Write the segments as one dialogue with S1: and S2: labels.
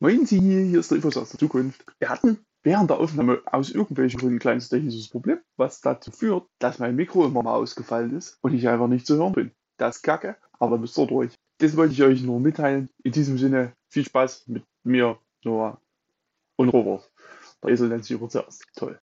S1: Moin Sie, hier ist der Infos aus der Zukunft. Wir hatten während der Aufnahme aus irgendwelchen Gründen ein kleines technisches Problem, was dazu führt, dass mein Mikro immer mal ausgefallen ist und ich einfach nicht zu hören bin. Das ist kacke, aber da müsst ihr durch. Das wollte ich euch nur mitteilen. In diesem Sinne, viel Spaß mit mir, Noah und Robert. Der Esel nennt sich übrigens zuerst. Toll.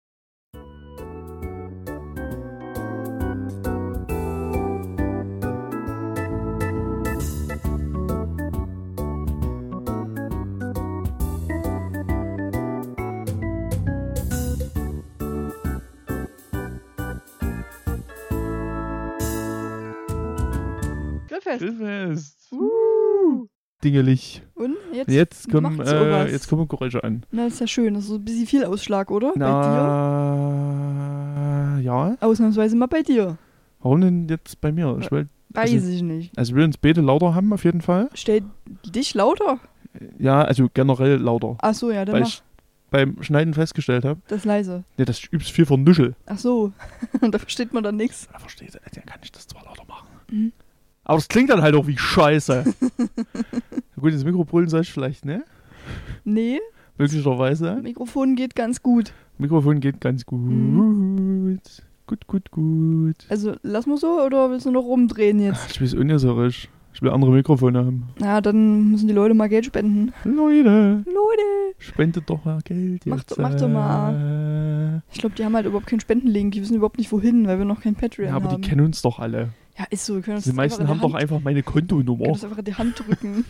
S2: Grillfest.
S3: Grillfest.
S2: Uh.
S3: Dingelig.
S2: Und jetzt?
S3: Jetzt kommen,
S2: macht's irgendwas.
S3: äh, jetzt kommen Geräusche an.
S2: Na, ist ja schön. Das ist so ein bisschen viel Ausschlag, oder?
S3: Na, ja.
S2: Bei dir? Ausnahmsweise mal bei dir.
S3: Warum denn jetzt bei mir? Ich will,
S2: Weiß
S3: Also-
S2: ich nicht.
S3: also ich will uns beide lauter haben, auf jeden Fall.
S2: Stell dich lauter.
S3: Ja, also generell lauter.
S2: Ach so, ja, dann
S3: Weil
S2: mach
S3: ich beim Schneiden festgestellt habe,
S2: das leise.
S3: ne, das übst viel von Nuschel.
S2: Ach so. da versteht man dann nichts.
S3: Da verstehst du, dann kann ich das zwar lauter machen.
S2: Mhm.
S3: Aber das klingt dann halt auch wie Scheiße. Na Gut, ins Mikro brüllen soll ich vielleicht, ne?
S2: Nee,
S3: Möglicherweise.
S2: Mikrofon geht ganz gut.
S3: Mikrofon geht ganz gut. Gut, gut, gut.
S2: Also, lass mal so oder willst du noch rumdrehen jetzt?
S3: Ach, Ich weiß unnötig. Ich will andere Mikrofone haben.
S2: Na, dann müssen die Leute mal Geld spenden.
S3: Leute,
S2: Leute!
S3: spendet doch mal Geld jetzt.
S2: Mach doch- mach doch mal. Ich glaube, die haben halt überhaupt keinen Spendenlink. Die wissen überhaupt nicht wohin, weil wir noch kein
S3: Äh,
S2: Patreon
S3: Ja,
S2: haben.
S3: aber die kennen uns doch alle.
S2: ja, ist so. Wir können uns
S3: Die
S2: das einfach
S3: meisten
S2: in der
S3: haben doch
S2: Hand- Genau.
S3: einfach meine
S2: können
S3: Kontonummer.
S2: uns einfach in die Hand drücken.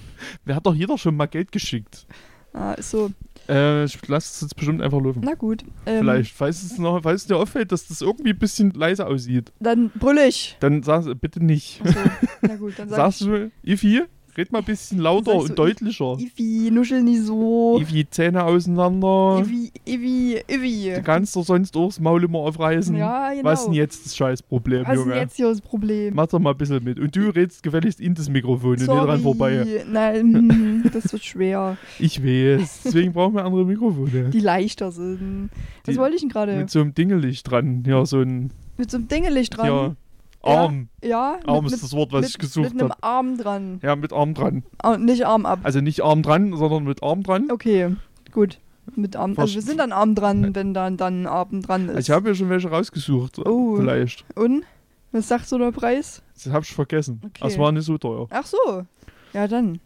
S3: Mir hat doch jeder schon mal Geld geschickt.
S2: ah, ist so.
S3: Äh, ich lasse es jetzt bestimmt einfach laufen.
S2: Na gut. Ähm,
S3: Vielleicht, falls es, noch, falls es dir auffällt, dass das irgendwie ein bisschen leise aussieht,
S2: Dann brülle ich.
S3: dann sag's bitte nicht.
S2: Achso, na gut, dann sag
S3: Sagst du, Ivi, red mal ein bisschen lauter
S2: Sag ich
S3: und
S2: so,
S3: deutlicher.
S2: ich, Ivi, nuschel nie so.
S3: Ivi, Zähne auseinander.
S2: Ivi, Ivi,
S3: Du
S2: Ivi.
S3: kannst doch sonst auch das Maul immer aufreißen.
S2: Ja, genau.
S3: Was ist denn jetzt das Scheißproblem,
S2: Was ist denn
S3: Junge?
S2: jetzt hier das Problem?
S3: Mach doch mal ein bisschen mit. Und du redst gefälligst in das Mikrofon und nicht
S2: Sorry.
S3: dran vorbei.
S2: Nein, mm, das wird schwer.
S3: Ich weiß. Deswegen brauchen wir andere Mikrofone.
S2: Die äh, leichter sind. Was
S3: Die-
S2: wollte ich denn gerade?
S3: Mit
S2: Mit,
S3: so einem Dingelicht dran. Ja, so ein
S2: so einem Dingelicht
S3: ja,
S2: dran.
S3: Arm.
S2: Ja, mit,
S3: Arm
S2: mit,
S3: ist das Wort, was
S2: mit,
S3: ich gesucht
S2: Mit einem
S3: habe.
S2: Arm dran.
S3: Ja, mit Arm dran.
S2: Ah, nicht Arm ab.
S3: Also nicht Arm dran, sondern mit Arm dran.
S2: Okay, gut. Mit Arm. Also
S3: Verst-
S2: wir sind an Arm dran, wenn dann, dann Arm dran ist.
S3: Also ich habe mir schon welche rausgesucht.
S2: Oh.
S3: Vielleicht.
S2: Und? Was sagt so der Preis?
S3: Das habe ich vergessen.
S2: Okay.
S3: Das war nicht so teuer.
S2: Ach so. Ja, dann.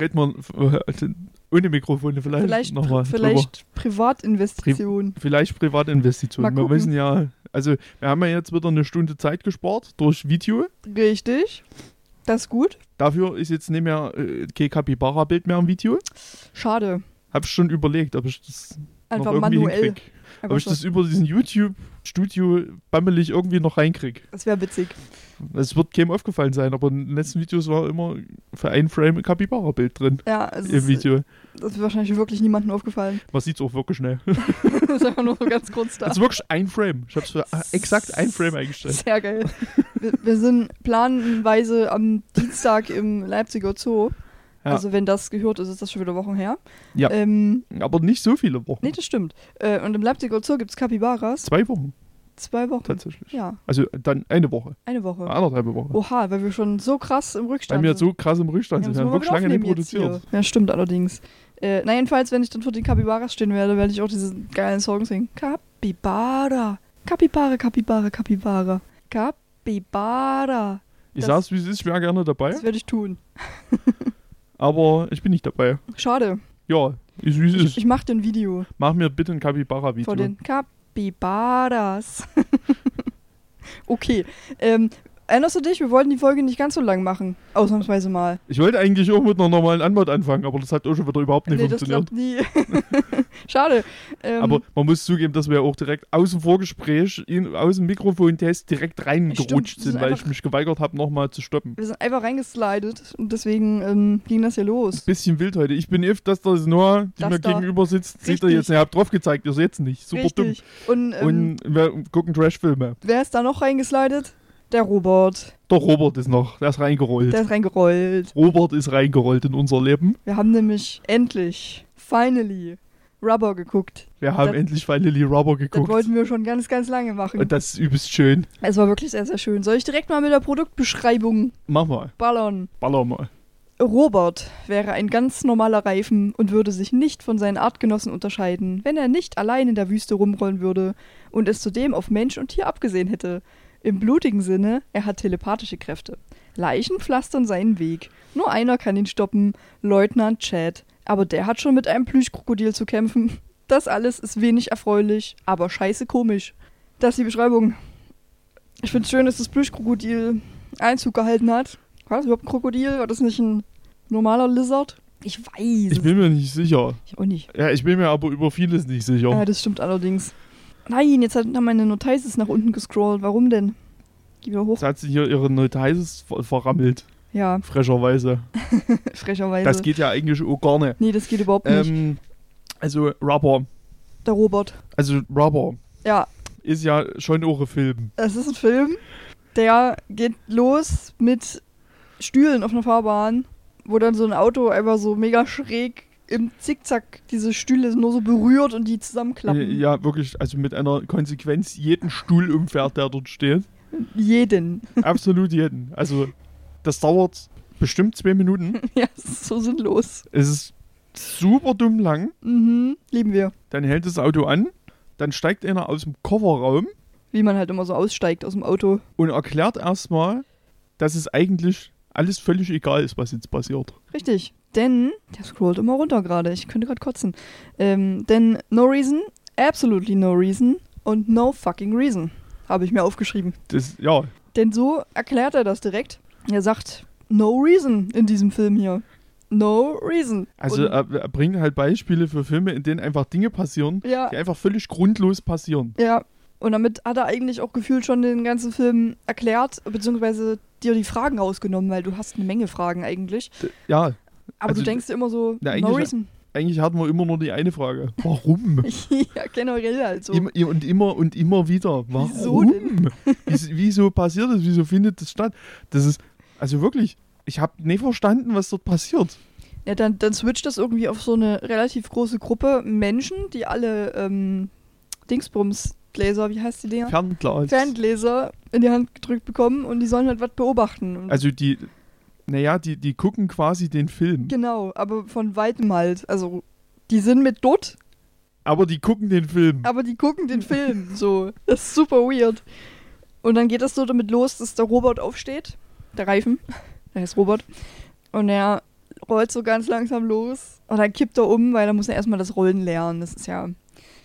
S3: Red mal äh, ohne Mikrofone vielleicht,
S2: Vielleicht,
S3: nochmal.
S2: pri- vielleicht Privatinvestition.
S3: Vielleicht Privatinvestitionen.
S2: Mal
S3: Wir
S2: gucken.
S3: wissen ja, also wir haben ja jetzt wieder eine Stunde Zeit gespart durch Video.
S2: Richtig. Das ist gut.
S3: Dafür ist jetzt nicht mehr äh, kein Capybara-Bild mehr im Video.
S2: Schade.
S3: Hab ich schon überlegt, ob ich das
S2: Einfach
S3: noch irgendwie
S2: manuell.
S3: hinkrieg.
S2: Aber
S3: Ob ich
S2: schon.
S3: das über diesen YouTube-Studio bammelig irgendwie noch reinkrieg.
S2: Das wäre witzig.
S3: Es wird keinem aufgefallen sein, aber in den letzten Videos war immer für ein Frame ein Capybara-Bild drin
S2: Ja, es
S3: im
S2: ist,
S3: Video.
S2: das ist wahrscheinlich wirklich niemandem aufgefallen.
S3: Man sieht's auch wirklich schnell.
S2: das ist einfach nur so ganz kurz da.
S3: Es ist wirklich ein Frame. Ich hab's für äh, exakt ein Frame eingestellt.
S2: Sehr geil. Wir, wir sind planweise am Dienstag im Leipziger Zoo.
S3: Ja.
S2: Also wenn das gehört ist, ist das schon wieder Wochen her.
S3: Ja.
S2: Ähm,
S3: Aber nicht so viele Wochen.
S2: nee, das stimmt. Äh, und im Leipziger Zoo gibt es Capybaras.
S3: Zwei Wochen
S2: Zwei Wochen.
S3: tatsächlich. Ah.
S2: Ja,
S3: Also dann eine Woche,
S2: eine Woche.
S3: anderthalb Woche.
S2: Oha, weil wir schon so krass im Rückstand
S3: Weil wir
S2: sind.
S3: so krass im Rückstand
S2: Oh, Ja,
S3: sind. Wir
S2: müssen
S3: haben
S2: mal
S3: wirklich lange
S2: wieder
S3: nicht
S2: aufnehmen jetzt
S3: produziert.
S2: hier. Ja, stimmt allerdings. Äh, na, jedenfalls, wenn ich dann vor den Capybaras stehen werde, werde ich auch diesen geilen Song singen. Capybara, Capybara, Capybara, Capybara, Capybara.
S3: Ich
S2: Das-
S3: saß, wie es ist, ich wäre gerne dabei,
S2: Das werde ich tun.
S3: aber ich bin nicht dabei.
S2: Schade.
S3: Ja, ist wie es
S2: Ich,
S3: ist.
S2: ich mache den Video
S3: Mach mir bitte ein Capybara-Video.
S2: vor den Capybaras. okay. Ähm, erinnerst du dich, wir wollten die Folge nicht ganz so lang machen. Ausnahmsweise mal.
S3: Ich wollte eigentlich auch mit einer normalen Antwort anfangen, aber das hat auch schon wieder überhaupt nicht
S2: nee, das
S3: funktioniert.
S2: klappt nie. Schade. Ähm,
S3: Aber man muss zugeben, dass wir auch direkt aus dem Vorgespräch, in, aus dem Mikrofontest direkt
S2: Stimmt,
S3: reingerutscht
S2: wir
S3: sind,
S2: sind
S3: weil
S2: einfach-
S3: ich mich geweigert habe, nochmal zu stoppen.
S2: Wir sind einfach reingeslidet und deswegen ähm, ging das hier los.
S3: Bisschen wild heute. Ich bin if, dass da ist Noah, die
S2: Das
S3: mir
S2: da.
S3: gegenüber sitzt, seht ihr
S2: Richtig.
S3: jetzt, ihr habt drauf gezeigt, ihr seht's nicht. Super dumm.
S2: Richtig. Und, ähm,
S3: Und wir gucken Trashfilme.
S2: wer ist da noch reingeslidet? Der Robert.
S3: Doch Robert ist noch, der ist reingerollt.
S2: Der ist reingerollt.
S3: Robert ist reingerollt in unser Leben.
S2: Wir haben nämlich endlich, finally, Rubber geguckt.
S3: Wir haben
S2: Das-
S3: endlich bei Lily Rubber
S2: Das
S3: geguckt.
S2: wollten wir schon ganz, ganz lange machen.
S3: Und das ist übelst schön.
S2: Es war wirklich sehr, sehr schön. Soll ich direkt mal mit der Produktbeschreibung
S3: Mach mal,
S2: ballern?
S3: baller mal.
S2: Robert wäre ein ganz normaler Reifen und würde sich nicht von seinen Artgenossen unterscheiden, wenn er nicht allein in der Wüste rumrollen würde und es zudem auf Mensch und Tier abgesehen hätte. Im blutigen Sinne, er hat telepathische Kräfte. Leichen pflastern seinen Weg. Nur einer kann ihn stoppen, Leutnant Chad. Aber der hat schon mit einem Plüschkrokodil zu kämpfen. Das alles ist wenig erfreulich, aber scheiße komisch. Das ist die Beschreibung. Ich find's schön, dass das Plüschkrokodil Einzug gehalten hat. War das überhaupt ein Krokodil? War das nicht ein normaler Lizard? Ich weiß.
S3: Ich bin mir nicht sicher.
S2: ich auch nicht. Oh,
S3: Ja, ich bin mir aber über vieles nicht sicher.
S2: Ja, das stimmt allerdings. Nein, jetzt hat haben meine Notices nach unten gescrollt. Warum denn? Geh wieder hoch.
S3: Jetzt hat sie hier ihre Notices ver verrammelt,
S2: Ja,
S3: frecherweise.
S2: frecherweise.
S3: Das geht ja eigentlich auch gar nicht.
S2: nee, das geht überhaupt Also nicht.
S3: Ähm, also Rubber,
S2: Der Robert.
S3: also Rubber
S2: Ja,
S3: ist ja schon auch ein Film.
S2: es ist ein Film, der geht los mit Stühlen auf einer Fahrbahn, wo dann so ein Auto einfach so mega schräg im Zickzack diese Stühle nur so berührt und die zusammenklappen.
S3: Äh, Ja, wirklich, also mit einer Konsequenz jeden Stuhl umfährt, der dort steht.
S2: Jeden.
S3: Absolut jeden. Also das dauert bestimmt zwei Minuten.
S2: ja, es ist so sinnlos.
S3: Es ist super dumm lang.
S2: Mhm, lieben wir.
S3: Dann hält das Auto an, dann steigt einer aus dem Kofferraum
S2: Wie man halt immer so aussteigt aus dem Auto.
S3: und erklärt erstmal, dass es eigentlich alles völlig egal ist, was jetzt passiert.
S2: Richtig, denn der scrollt immer runter gerade. Ich könnte gerade kotzen. Ähm, denn no reason, absolutely no reason und no fucking reason habe ich mir aufgeschrieben.
S3: Das, ja,
S2: Denn so erklärt er das direkt. Er sagt no reason in diesem Film hier. No reason.
S3: also
S2: und,
S3: er, er bringt halt Beispiele für Filme, in denen einfach Dinge passieren,
S2: ja,
S3: die einfach völlig grundlos passieren.
S2: ja. Und damit hat er eigentlich auch gefühlt schon den ganzen Film erklärt, beziehungsweise dir die Fragen rausgenommen, weil du hast eine Menge Fragen eigentlich.
S3: D- Ja,
S2: Aber
S3: Also,
S2: du denkst dir immer so,
S3: na,
S2: no
S3: eigentlich-
S2: reason.
S3: eigentlich hatten wir immer nur die eine Frage. Warum?
S2: ja, generell halt so.
S3: Im, im- und immer und immer wieder. Warum?
S2: Wieso denn?
S3: Wieso, wieso passiert das? Wieso findet das statt? Das ist, also wirklich, ich habe nie verstanden, was dort passiert.
S2: Ja, dann, dann switcht das irgendwie auf so eine relativ große Gruppe Menschen, die alle ähm, Dingsbums-Gläser, wie heißt die Dinger?
S3: Fernglas.
S2: Ferngläser in die Hand gedrückt bekommen und die sollen halt was beobachten. Und
S3: Also die, naja, die, die gucken quasi den Film.
S2: genau, aber von weitem halt. Also die sind mit dort,
S3: Aber die gucken den Film.
S2: aber die gucken den Film. So, das ist super weird. Und dann geht das so damit los, dass der Robert aufsteht, der Reifen, der heißt Robert, und er rollt so ganz langsam los und dann kippt er um, weil er muss ja erstmal das Rollen lernen. Das ist ja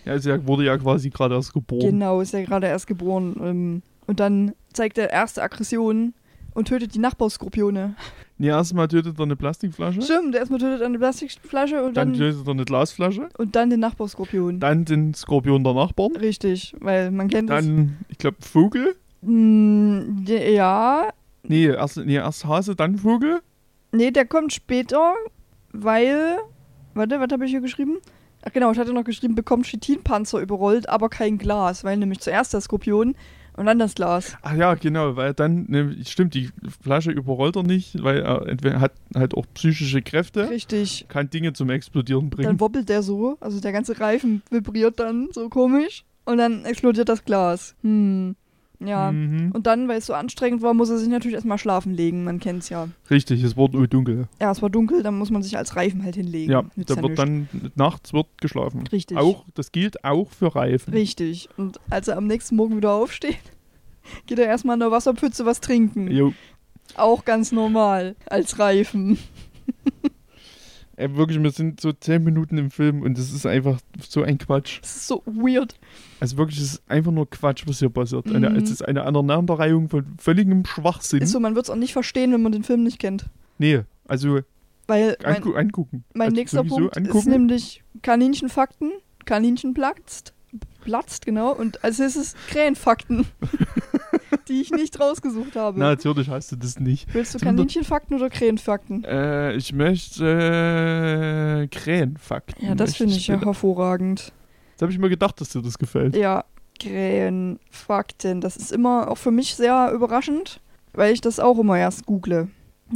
S3: Ja, also er wurde ja quasi gerade erst geboren.
S2: Genau, ist ja gerade erst geboren. ähm, Und dann zeigt er erste Aggression und tötet die Nachbarskorpione.
S3: Nee, erstmal tötet er eine Plastikflasche,
S2: Stimmt, erstmal tötet er eine Plastikflasche und
S3: Hm? dann
S2: dann,
S3: tötet er eine Glasflasche,
S2: und dann den Nachbarskorpion.
S3: dann den Skorpion der Nachbarn,
S2: Richtig, weil man kennt das.
S3: dann, ich glaube, Vogel.
S2: Mm, d- ja,
S3: Nee erst, nee, erst Hase, dann Vogel.
S2: nee, der kommt später, weil. Warte, was habe ich hier geschrieben? Ach genau, ich hatte noch geschrieben, bekommt Chitinpanzer überrollt, aber kein Glas, weil nämlich zuerst der Skorpion und dann das Glas.
S3: Ach ja, genau, weil dann, ne, stimmt, die Flasche überrollt er nicht, weil er entweder hat halt auch psychische Kräfte,
S2: Richtig.
S3: kann Dinge zum Explodieren bringen.
S2: Dann wobbelt der so, also der ganze Reifen vibriert dann so komisch und dann explodiert das Glas. Hm. Ja.
S3: Mhm.
S2: Und dann, weil es so anstrengend war, muss er sich natürlich erstmal schlafen legen. Man kennt's ja.
S3: Richtig, es wurde oh dunkel.
S2: Ja, es war dunkel, dann muss man sich als Reifen halt hinlegen.
S3: Ja,
S2: Nützt
S3: da wird
S2: nichts.
S3: dann nachts wird geschlafen.
S2: Richtig.
S3: Auch, das gilt auch für Reifen.
S2: Richtig. Und als er am nächsten Morgen wieder aufsteht, geht er erstmal in der Wasserpfütze was trinken.
S3: Jo,
S2: Auch ganz normal als Reifen.
S3: ey, Äh, wirklich, wir sind so zehn Minuten im Film und das ist einfach so ein Quatsch.
S2: Das ist so weird.
S3: Also wirklich, es ist einfach nur Quatsch, was hier passiert. Eine,
S2: Mhm.
S3: Es ist eine Aneinanderreihung von völligem Schwachsinn.
S2: Ist so, man wird's auch nicht verstehen, wenn man den Film nicht kennt.
S3: nee, also
S2: Weil mein,
S3: angu angucken.
S2: Mein
S3: also
S2: nächster
S3: sowieso
S2: Punkt
S3: angucken.
S2: ist nämlich Kaninchenfakten. Kaninchen platzt. Platzt, genau. Und als nächstes Krähenfakten, die ich nicht rausgesucht habe.
S3: Na, natürlich hast du das nicht.
S2: Willst du
S3: sind doch-
S2: Kaninchenfakten oder Krähenfakten?
S3: Äh, ich möchte äh, Krähenfakten.
S2: Ja, das finde ich ja
S3: bitte.
S2: hervorragend.
S3: Das habe ich mir gedacht, dass dir das gefällt.
S2: Ja, Krähenfakten. Das ist immer auch für mich sehr überraschend, weil ich das auch immer erst google.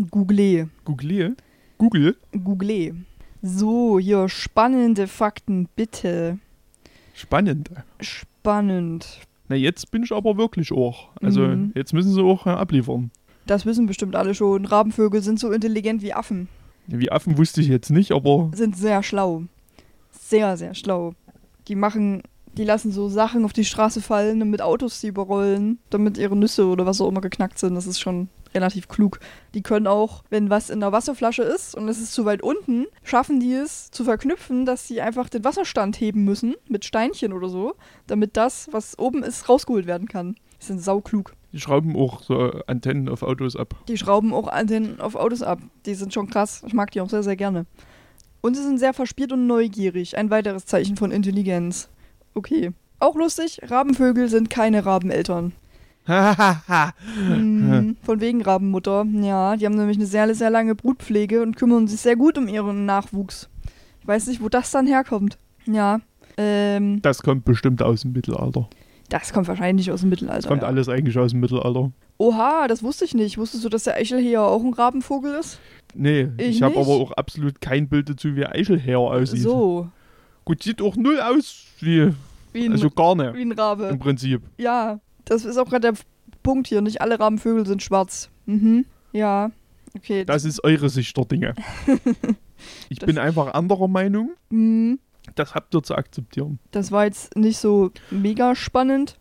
S2: Google.
S3: Google. Google.
S2: Google. So, hier spannende Fakten, bitte.
S3: Spannend.
S2: Spannend.
S3: Na, jetzt bin ich aber wirklich auch. Also,
S2: Mhm.
S3: jetzt müssen sie auch äh, abliefern.
S2: Das wissen bestimmt alle schon. Rabenvögel sind so intelligent wie Affen.
S3: Wie Affen wusste ich jetzt nicht, aber
S2: Sind sehr schlau. Sehr, sehr schlau. Die machen, die lassen so Sachen auf die Straße fallen, damit Autos sie überrollen, damit ihre Nüsse oder was auch immer geknackt sind. Das ist schon relativ klug. Die können auch, wenn was in der Wasserflasche ist und es ist zu weit unten, schaffen die es zu verknüpfen, dass sie einfach den Wasserstand heben müssen mit Steinchen oder so, damit das, was oben ist, rausgeholt werden kann. Die sind sauklug.
S3: die schrauben auch so Antennen auf Autos ab.
S2: Die schrauben auch Antennen auf Autos ab. Die sind schon krass. Ich mag die auch sehr, sehr gerne. Und sie sind sehr verspielt und neugierig. Ein weiteres Zeichen von Intelligenz. Okay. Auch lustig, Rabenvögel sind keine Rabeneltern.
S3: Hahaha.
S2: Hm, von wegen Rabenmutter. Ja, die haben nämlich eine sehr, sehr lange Brutpflege und kümmern sich sehr gut um ihren Nachwuchs. Ich weiß nicht, wo das dann herkommt. Ja. Ähm,
S3: das kommt bestimmt aus dem Mittelalter.
S2: das kommt wahrscheinlich aus dem Mittelalter.
S3: Das kommt
S2: Ah ja.
S3: alles eigentlich aus dem Mittelalter.
S2: Oha, das wusste ich nicht. Wusstest du, dass der Eichelheer auch ein Rabenvogel ist?
S3: Nee,
S2: Ich
S3: ich, habe
S2: nicht.
S3: aber auch absolut kein Bild dazu, wie Eichelherr aussieht.
S2: So.
S3: Gut, sieht auch null aus wie.
S2: Wie ein,
S3: Also gar nicht.
S2: wie ein Rabe.
S3: Im Prinzip.
S2: Ja, das ist auch gerade der F- Punkt hier. Nicht alle Rabenvögel sind schwarz. Mhm. Ja. Okay.
S3: Das ist eure Sicht der Dinge. Ich
S2: Das-
S3: bin einfach anderer Meinung.
S2: Hm,
S3: Das habt ihr zu akzeptieren.
S2: das war jetzt nicht so mega spannend.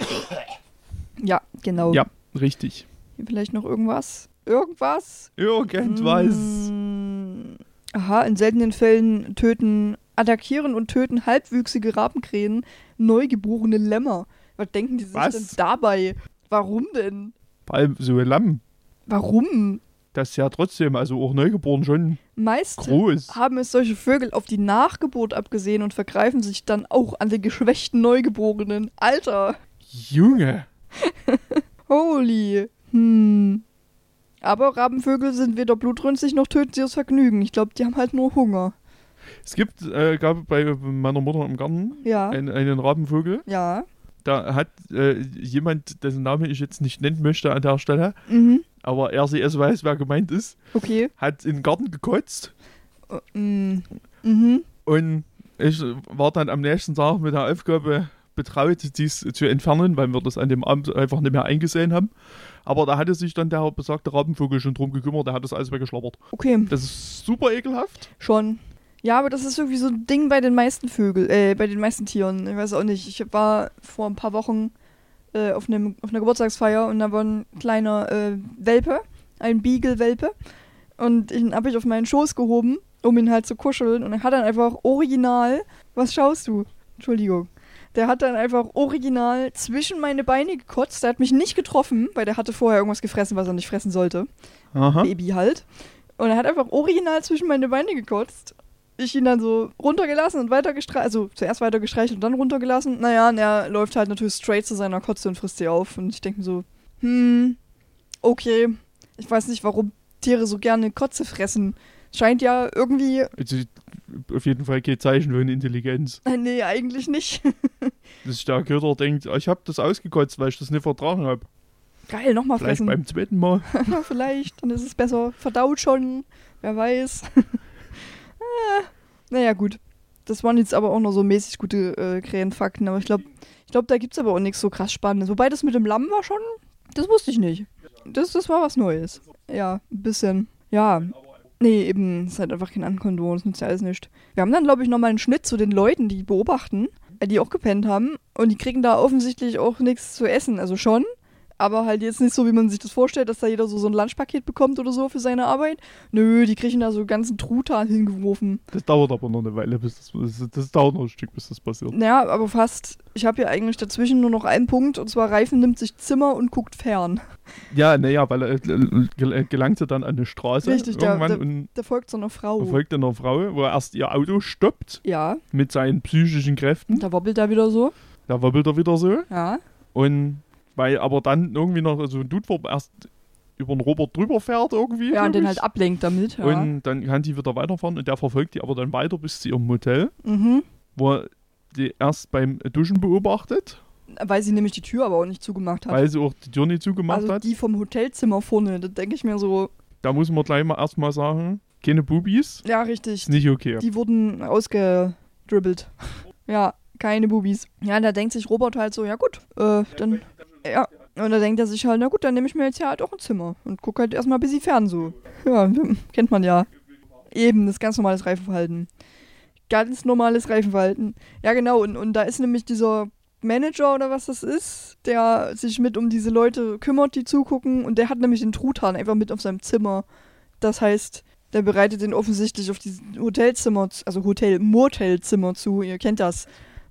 S2: Ja, genau.
S3: Ja, richtig.
S2: Hier vielleicht noch irgendwas? Irgendwas?
S3: Irgendwas.
S2: Hm. Aha, in seltenen Fällen töten, attackieren und töten halbwüchsige Rabenkrähen neugeborene Lämmer. Was denken die sich
S3: Was?
S2: denn dabei? Warum denn?
S3: Vor allem so ein Lamm.
S2: Warum?
S3: Das ist ja trotzdem, also auch neugeboren schon
S2: Meist
S3: groß.
S2: haben es solche Vögel auf die Nachgeburt abgesehen und vergreifen sich dann auch an den geschwächten Neugeborenen. Alter,
S3: Junge.
S2: holy. Hm. Aber Rabenvögel sind weder blutrünstig noch töten sie aus Vergnügen. Ich glaube, die haben halt nur Hunger.
S3: Es gibt, äh, gab bei meiner Mutter im Garten
S2: Ja.
S3: einen, einen Rabenvögel.
S2: Ja.
S3: Da hat äh, jemand, dessen Name ich jetzt nicht nennen möchte an der Stelle,
S2: Mhm.
S3: aber RCS weiß, wer gemeint ist,
S2: Okay.
S3: hat in den Garten gekotzt
S2: Äh, mm. Mhm.
S3: und ich war dann am nächsten Tag mit der Aufgabe betraut, dies zu entfernen, weil wir das an dem Abend einfach nicht mehr eingesehen haben. Aber da hatte sich dann der besagte Rabenvogel schon drum gekümmert, der hat das alles weggeschlabbert.
S2: Okay,
S3: Das ist super ekelhaft.
S2: schon. Ja, aber das ist irgendwie so ein Ding bei den meisten Vögeln, äh, bei den meisten Tieren. Ich weiß auch nicht. Ich war vor ein paar Wochen äh, auf, einem, auf einer Geburtstagsfeier und da war ein kleiner äh, Welpe, ein Beagle-Welpe. Und den habe ich auf meinen Schoß gehoben, um ihn halt zu kuscheln. Und er hat dann einfach original, was schaust du? Entschuldigung. Der hat dann einfach original zwischen meine Beine gekotzt. Der hat mich nicht getroffen, weil der hatte vorher irgendwas gefressen, was er nicht fressen sollte.
S3: Aha.
S2: Baby halt. Und er hat einfach original zwischen meine Beine gekotzt. Ich ihn dann so runtergelassen und weiter gestreichelt, also zuerst weiter gestreichelt und dann runtergelassen. Naja, und er läuft halt natürlich straight zu seiner Kotze und frisst sie auf. Und ich denke mir so, hm, okay. Ich weiß nicht, warum Tiere so gerne Kotze fressen. Scheint ja irgendwie,
S3: Also, auf jeden Fall kein Zeichen für eine Intelligenz.
S2: nee, eigentlich nicht.
S3: dass der Köder denkt, ich habe das ausgekotzt, weil ich das nicht vertragen habe.
S2: Geil, nochmal
S3: Vielleicht
S2: fressen.
S3: beim zweiten Mal.
S2: Ja, vielleicht, dann ist es besser. Verdaut schon, wer weiß. Ah, naja, gut. Das waren jetzt aber auch noch so mäßig gute äh, Krähenfakten, aber ich glaube, ich glaub, da gibt es aber auch nichts so krass Spannendes. Wobei das mit dem Lamm war schon, das wusste ich nicht. Das, das war was Neues. Ja, ein bisschen. Ja. Nee, eben, es ist halt einfach kein Ankondom, das nützt ja alles nicht. Wir haben dann, glaube ich, nochmal einen Schnitt zu den Leuten, die beobachten, äh, die auch gepennt haben und die kriegen da offensichtlich auch nichts zu essen. Also schon, aber halt jetzt nicht so, wie man sich das vorstellt, dass da jeder so, so ein Lunchpaket bekommt oder so für seine Arbeit. Nö, die kriegen da so ganzen Truthahn hingeworfen.
S3: Das dauert aber noch eine Weile, bis das, das, das dauert noch ein Stück, bis das passiert.
S2: Naja, aber fast. Ich habe ja eigentlich dazwischen nur noch einen Punkt und zwar Reifen nimmt sich Zimmer und guckt fern.
S3: Ja, naja, weil er äh, gel- äh, gelangte dann an eine Straße
S2: Richtig, der-
S3: irgendwann
S2: der-
S3: und
S2: Da Oh. folgt so eine Frau.
S3: folgt einer Frau, wo er erst ihr Auto stoppt
S2: ja,
S3: mit seinen psychischen Kräften.
S2: da wobbelt er wieder so.
S3: Da wobbelt er wieder so.
S2: Ja.
S3: Und weil aber dann irgendwie noch so ein Dude wo erst über den Robert drüber fährt irgendwie.
S2: Ja,
S3: glaub
S2: und den
S3: ich.
S2: halt ablenkt damit. Ja.
S3: Und dann kann die wieder weiterfahren und der verfolgt die aber dann weiter bis zu ihrem Hotel,
S2: mhm.
S3: wo er die erst beim Duschen beobachtet.
S2: Weil sie nämlich die Tür aber auch nicht zugemacht hat.
S3: Weil sie auch die Tür nicht zugemacht
S2: also
S3: hat.
S2: die vom Hotelzimmer vorne. Da denke ich mir so,
S3: Da muss man gleich mal erstmal sagen, keine Bubis,
S2: ja, richtig.
S3: ist nicht okay.
S2: Die wurden ausgedribbelt. Ja, keine Bubis. Ja, da denkt sich Robert halt so, ja gut, äh, dann, ja, Und da denkt er sich halt, na gut, dann nehme ich mir jetzt hier halt auch ein Zimmer und gucke halt erstmal ein bisschen fern so. Ja, kennt man ja. Eben, das ist ganz normales Reifenverhalten. Ganz normales Reifenverhalten. Ja, genau, und, und da ist nämlich dieser Manager oder was das ist, der sich mit um diese Leute kümmert, die zugucken, und der hat nämlich den Truthahn einfach mit auf seinem Zimmer. Das heißt, der bereitet den offensichtlich auf diesen Hotelzimmer, also Hotel, Motelzimmer zu, ihr kennt das.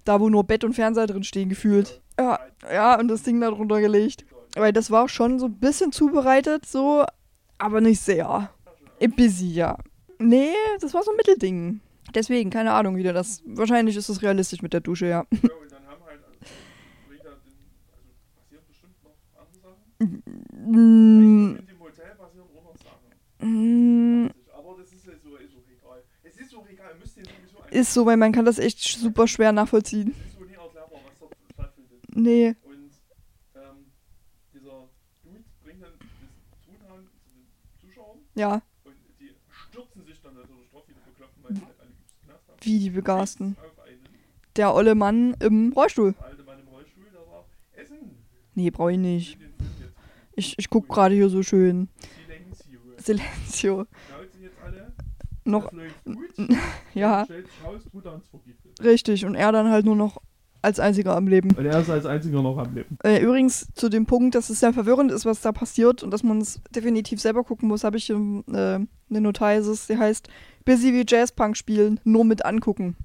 S2: Da, wo nur Bett und Fernseher drin stehen, gefühlt. Ja, ja, und das Ding da drunter gelegt. Weil das war schon so ein bisschen zubereitet, so, aber nicht sehr. Ein bisschen, ja. Nee, das war so ein Mittelding. Deswegen, keine Ahnung, wieder das. Wahrscheinlich ist das realistisch mit der Dusche, ja.
S4: halt, also,
S2: Mm. Mm. Ist so, weil man kann das echt super schwer nachvollziehen. Nee.
S4: Und ähm, dieser Dude bringt dann das Truthahn zu den Zuschauern
S2: Ja,
S4: und die stürzen sich dann natürlich drauf, wie die Bekloppten, weil die halt alle übelst Knast haben.
S2: wie die Begasten.
S4: Auf einen
S2: Der olle Mann im Rollstuhl.
S4: alten Mann im Rollstuhl, der sagt, Essen,
S2: Nee, brauche ich nicht.
S4: den Film jetzt.
S2: Ich, ich guck gerade hier so schön.
S4: Die lenken sie, Junge.
S2: Silencio.
S4: Klaut sie jetzt alle,
S2: Noch,
S4: das läuft gut,
S2: ja,
S4: stellt sich raus, Truthahn ist vergiftet.
S2: richtig. Und er dann halt nur noch als einziger am Leben.
S3: Und er ist als einziger noch am Leben.
S2: Äh, übrigens zu dem Punkt, dass es sehr verwirrend ist, was da passiert und dass man es definitiv selber gucken muss, habe ich hier äh, eine Notices, die heißt Busy wie Jazzpunk spielen, nur mit angucken.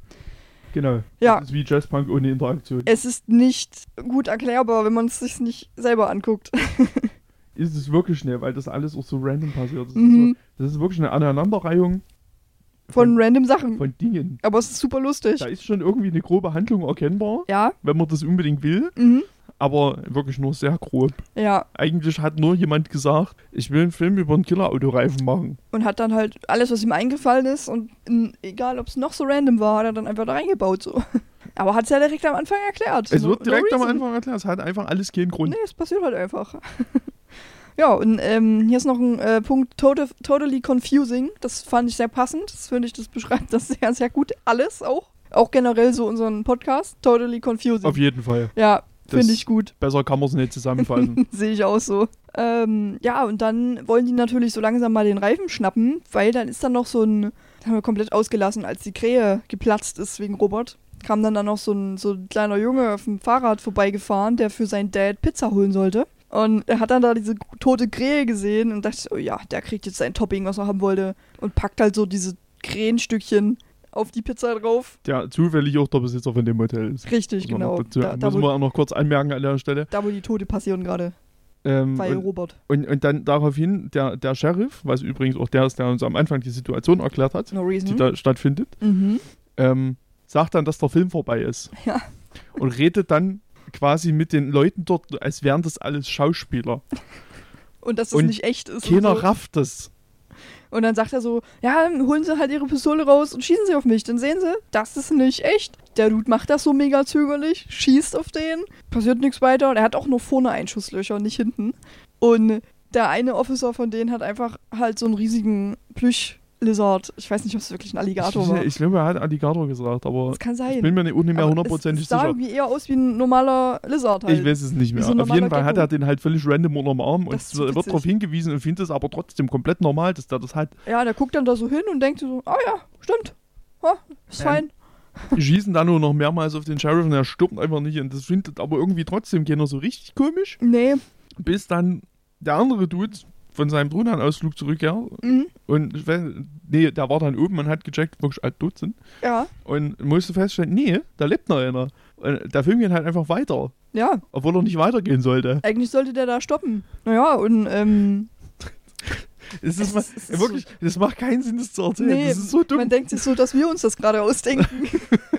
S3: Genau.
S2: Ja.
S3: Das ist wie Jazzpunk ohne Interaktion.
S2: Es ist nicht gut erklärbar, wenn man es sich nicht selber anguckt.
S3: ist es wirklich schnell, weil das alles auch so random passiert. Das,
S2: Mhm.
S3: ist, so, das ist wirklich eine Aneinanderreihung
S2: Von random Sachen.
S3: von Dingen.
S2: Aber es ist super lustig.
S3: Da ist schon irgendwie eine grobe Handlung erkennbar,
S2: Ja,
S3: wenn man das unbedingt will,
S2: mhm.
S3: aber wirklich nur sehr grob.
S2: Ja.
S3: Eigentlich hat nur jemand gesagt, ich will einen Film über einen Killerautoreifen machen.
S2: Und hat dann halt alles, was ihm eingefallen ist und mm, egal, ob es noch so random war, hat er dann einfach da reingebaut. So. Aber hat es ja direkt am Anfang erklärt.
S3: Es
S2: No-
S3: wird
S2: no
S3: direkt am
S2: reason.
S3: Anfang erklärt, es hat einfach alles keinen Grund.
S2: Nee, es passiert halt einfach. ja, und ähm, hier ist noch ein äh, Punkt, total, totally confusing. Das fand ich sehr passend. Das finde ich, das beschreibt das sehr, sehr gut. Alles auch. Auch generell so unseren Podcast. Totally confusing.
S3: Auf jeden Fall.
S2: ja,
S3: Das-
S2: finde ich gut.
S3: Besser kann man es nicht zusammenfassen.
S2: Sehe ich auch so. Ähm, ja, und dann wollen die natürlich so langsam mal den Reifen schnappen, weil dann ist dann noch so ein, das haben wir komplett ausgelassen, als die Krähe geplatzt ist wegen Robert, kam dann dann noch so ein, so ein kleiner Junge auf dem Fahrrad vorbeigefahren, der für seinen Dad Pizza holen sollte. Und er hat dann da diese tote Krähe gesehen und dachte, oh ja, der kriegt jetzt sein Topping, was er haben wollte. Und packt halt so diese Krähenstückchen auf die Pizza drauf.
S3: der zufällig auch der Besitzer von dem Hotel ist.
S2: Richtig, genau.
S3: Dazu
S2: Da, da,
S3: müssen wir
S2: wo,
S3: auch noch kurz anmerken an der Stelle.
S2: da, wo die Tote passieren gerade,
S3: Ähm,
S2: bei
S3: und-
S2: Robert.
S3: Und, und dann daraufhin der, der Sheriff, was übrigens auch der ist, der uns am Anfang die Situation erklärt hat,
S2: No
S3: die
S2: reason.
S3: da stattfindet,
S2: Mhm.
S3: ähm, sagt dann, dass der Film vorbei ist.
S2: Ja.
S3: Und redet dann quasi mit den Leuten dort, als wären das alles Schauspieler.
S2: Und dass es
S3: Und
S2: nicht echt ist.
S3: Keiner
S2: und, so.
S3: rafft das.
S2: und dann sagt er so, ja, holen sie halt ihre Pistole raus und schießen sie auf mich. Dann sehen sie, das ist nicht echt. Der Dude macht das so mega zögerlich, schießt auf den, passiert nichts weiter. Und er hat auch nur vorne Einschusslöcher, nicht hinten. Und der eine Officer von denen hat einfach halt so einen riesigen Plüsch-Lizard. Ich weiß nicht, ob es wirklich ein Alligator
S3: ich,
S2: war.
S3: ich halt glaube, er hat Alligator gesagt, aber
S2: das kann sein.
S3: ich bin mir nicht, auch nicht mehr
S2: Aber
S3: hundertprozentig
S2: es, es sah
S3: sicher.
S2: irgendwie eher aus wie ein normaler Lizard halt.
S3: Ich weiß es nicht
S2: wie
S3: mehr.
S2: so ein
S3: Auf jeden
S2: normaler
S3: Fall hat er
S2: Gecko.
S3: den halt völlig random unterm Arm und
S2: Das ist witzig.
S3: wird darauf hingewiesen und findet es aber trotzdem komplett normal, dass der das halt hat.
S2: Ja, der guckt dann da so hin und denkt so, ah ja, stimmt. Ha, ist
S3: Ähm,
S2: fein.
S3: Die schießen dann nur noch mehrmals auf den Sheriff und er stirbt einfach nicht. Und das findet aber irgendwie trotzdem keiner so richtig komisch.
S2: Nee.
S3: Bis dann der andere Dude von seinem Brunnenanausflug zurückkehrt.
S2: Mhm.
S3: Und ich weiß, nee, der war dann oben und hat gecheckt, wirklich alt tot sind.
S2: Ja.
S3: Und musste feststellen, nee, da lebt noch einer. Und der Film geht halt einfach weiter,
S2: Ja,
S3: obwohl er nicht weitergehen sollte.
S2: Eigentlich sollte der da stoppen. Naja, und ähm,
S3: Es
S2: Es
S3: ist, mal,
S2: ist- es ist-
S3: wirklich, das macht keinen Sinn, das zu erzählen.
S2: Nee,
S3: das ist so dumm.
S2: man denkt sich so, dass wir uns das gerade ausdenken.